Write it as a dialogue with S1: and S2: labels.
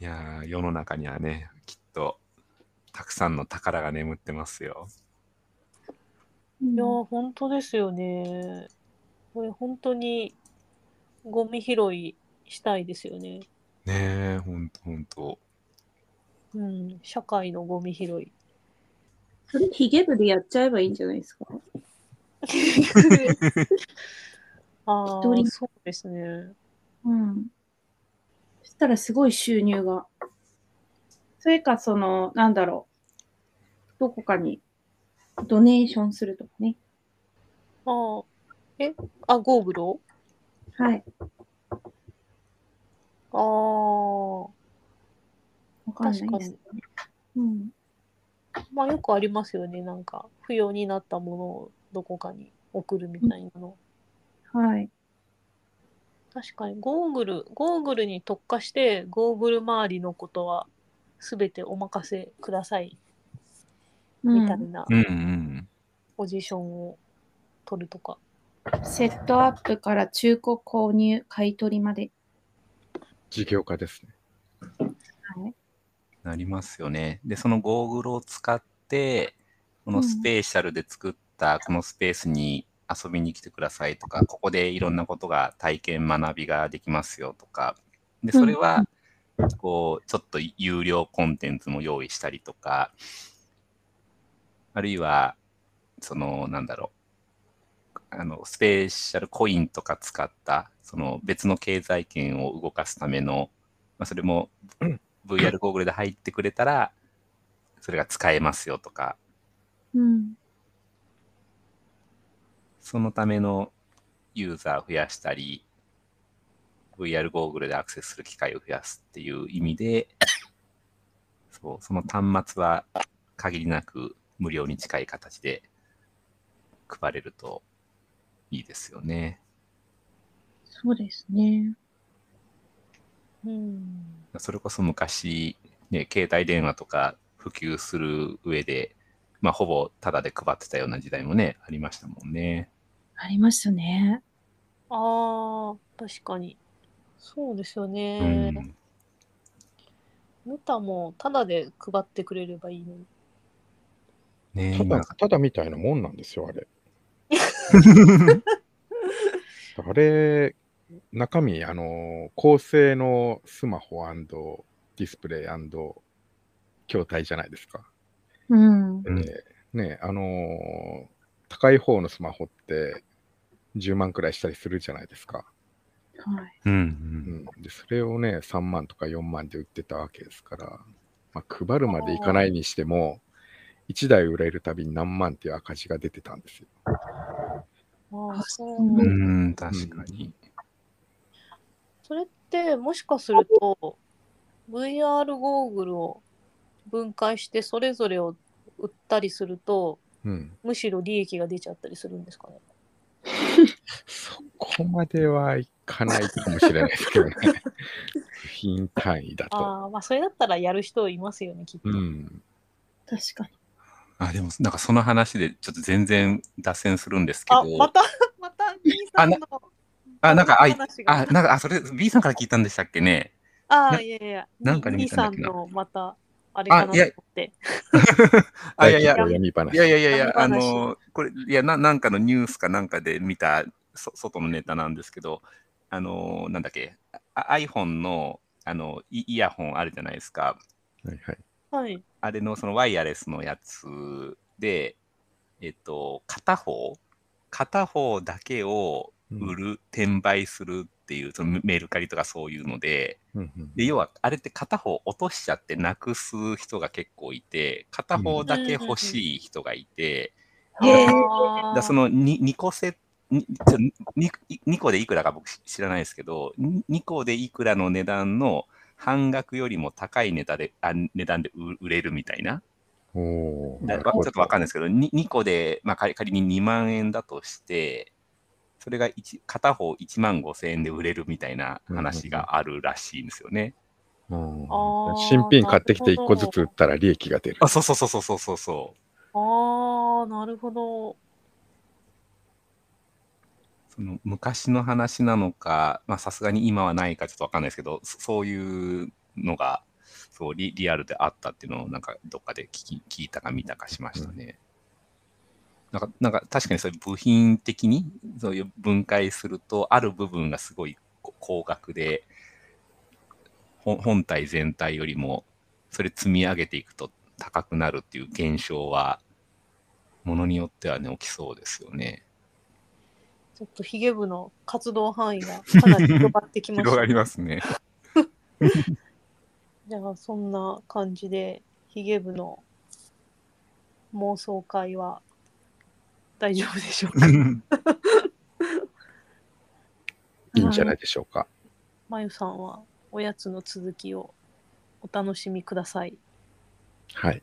S1: いやー世の中にはね、きっとたくさんの宝が眠ってますよ。
S2: いやー、本当ですよね。これ本当にゴミ拾いしたいですよね。
S1: ねえ、ほんとほんと。
S2: うん、社会のゴミ拾 い。
S3: それヒゲ部でやっちゃえばいいんじゃないですか
S2: ああ
S3: 一、人
S2: そうですね。
S3: うん。そしたらすごい収入が。それか、その、なんだろう。どこかにドネーションするとかね。
S2: ああ、え、あ、ゴーブロ
S3: はい。
S2: あ
S3: わかんないです。うん。
S2: あ、まあよくありますよね。なんか、不要になったものをどこかに送るみたいなの。
S3: はい。
S2: 確かに、ゴーグル、ゴーグルに特化して、ゴーグル周りのことは全てお任せください、みたいな
S1: うんうん。
S2: ポジションを取るとか。
S3: セットアップから中古購入、買い取りまで。
S4: 事業家ですね。
S1: なりますよね。で、そのゴーグルを使って、このスペーシャルで作ったこのスペースに遊びに来てくださいとか、ここでいろんなことが体験学びができますよとか、で、それは、こう、ちょっと有料コンテンツも用意したりとか、あるいは、その、なんだろう、あの、スペシャルコインとか使った、その別の経済圏を動かすための、まあ、それも VR ゴーグルで入ってくれたら、それが使えますよとか、
S3: うん。
S1: そのためのユーザーを増やしたり、VR ゴーグルでアクセスする機会を増やすっていう意味で、そう、その端末は限りなく無料に近い形で配れるといいですよね。
S3: そうですね。
S2: うん。
S1: それこそ昔、ね、携帯電話とか普及する上で、まあ、ほぼタダで配ってたような時代もね、ありましたもんね。
S3: ありましたね。
S2: ああ、確かに。そうですよ
S1: う
S2: ね。
S1: ん。
S2: ムタもタダで配ってくれればいいのに。
S1: ね
S4: ただ、ただみたいなもんなんですよ、あれ。あれ、中身、あの、高性能スマホディスプレイ筐体じゃないですか。
S3: うん。
S1: うん
S4: でね、あのー高い方のスマホって10万くらいしたりするじゃないですか。
S3: はい。
S1: うんう
S4: うんん、でそれをね、3万とか4万で売ってたわけですから、まあ、配るまでいかないにしても、1台売れるたびに何万っていう赤字が出てたんですよ。
S2: ああ、
S3: あ
S2: そうう。
S1: うん、確かに。
S2: それってもしかすると VR ゴーグルを分解してそれぞれを売ったりすると
S4: うん、
S2: むしろ利益が出ちゃったりするんですかね。
S4: そこまではいかないかもしれないです けどね。部品単位だと。
S2: ああ、まあそれだったらやる人いますよね、きっと。
S4: うん、
S3: 確かに。
S1: あ、でも、なんかその話でちょっと全然脱線するんですけ
S2: あ、ま
S1: ど、
S2: た、また、B さんの
S1: あ、なんか、あい、
S2: 話が
S1: あ、なんか、あ、それ B さんから聞いたんでしたっけね。
S2: あ
S1: な
S2: ー、いやいやいや、
S1: なんかで
S2: B
S1: 見た
S2: さ
S1: んだっ
S2: ん
S1: けな
S2: のまた、あれかなと
S1: あいや
S2: 思って。
S1: あ、いやいや
S4: 大、企業闇話
S1: いやいやいやいや、あ
S2: 闇話
S1: の、これ、いや、ななんかのニュースかなんかで見たそ外のネタなんですけど、あの、なんだっけ、あ iPhone のあのイイヤホンあるじゃないですか。
S4: はいはい。
S2: はい。
S1: あれのそのワイヤレスのやつで、えっと、片方、片方だけを
S4: うん
S1: 売る、転売するっていう、そのメルカリとかそういうので、
S4: うんうん
S1: で、要は、あれって片方落としちゃってなくす人が結構いて、片方だけ欲しい人がいて、
S3: へ
S1: だ
S3: ー
S2: あ
S1: からその 2, 2個セット、にちょに2個でいくらか僕知らないですけど、に2個でいくらの値段の半額よりも高い値段であ値段で売売れるみたいな。
S4: おー
S1: だわ
S4: なる
S1: ちょ
S4: ほ
S1: っ
S4: ど
S1: とわかんないですけど、2, 個で、まあ、仮仮に2万円だとして、それが一片方1万5千円で売れるみたいな話があるらしいんですよね。
S4: うん
S2: あー
S4: 新品買ってきて1個ずつ売ったら利益が出る。
S1: あ、そうそうそうそうそうそうそう。
S2: あー、なるほど。
S1: その昔の話なのか、まあさすがに今はないかちょっとわかんないですけど、そそういうのがそうリ、リアルであったっていうのを、なんか、どっかで聞き聞いたか見たかしましたね。なんか、なんか確かにそういう部品的に、そういう分解すると、ある部分がすごいこ高額で、ほん本体全体よりも、それ積み上げていくと高くなるっていう現象は、ものによってはね、起きそうですよね。
S2: ちょっとヒゲ部の活動範囲がかなり広がってきまし
S1: 広
S2: た
S1: が。りますね。
S2: じゃあそんな感じでヒゲ部の妄想会は大丈夫でしょうか
S4: いいんじゃないでしょうか。
S2: まゆさんはおやつの続きをお楽しみください。
S4: はい。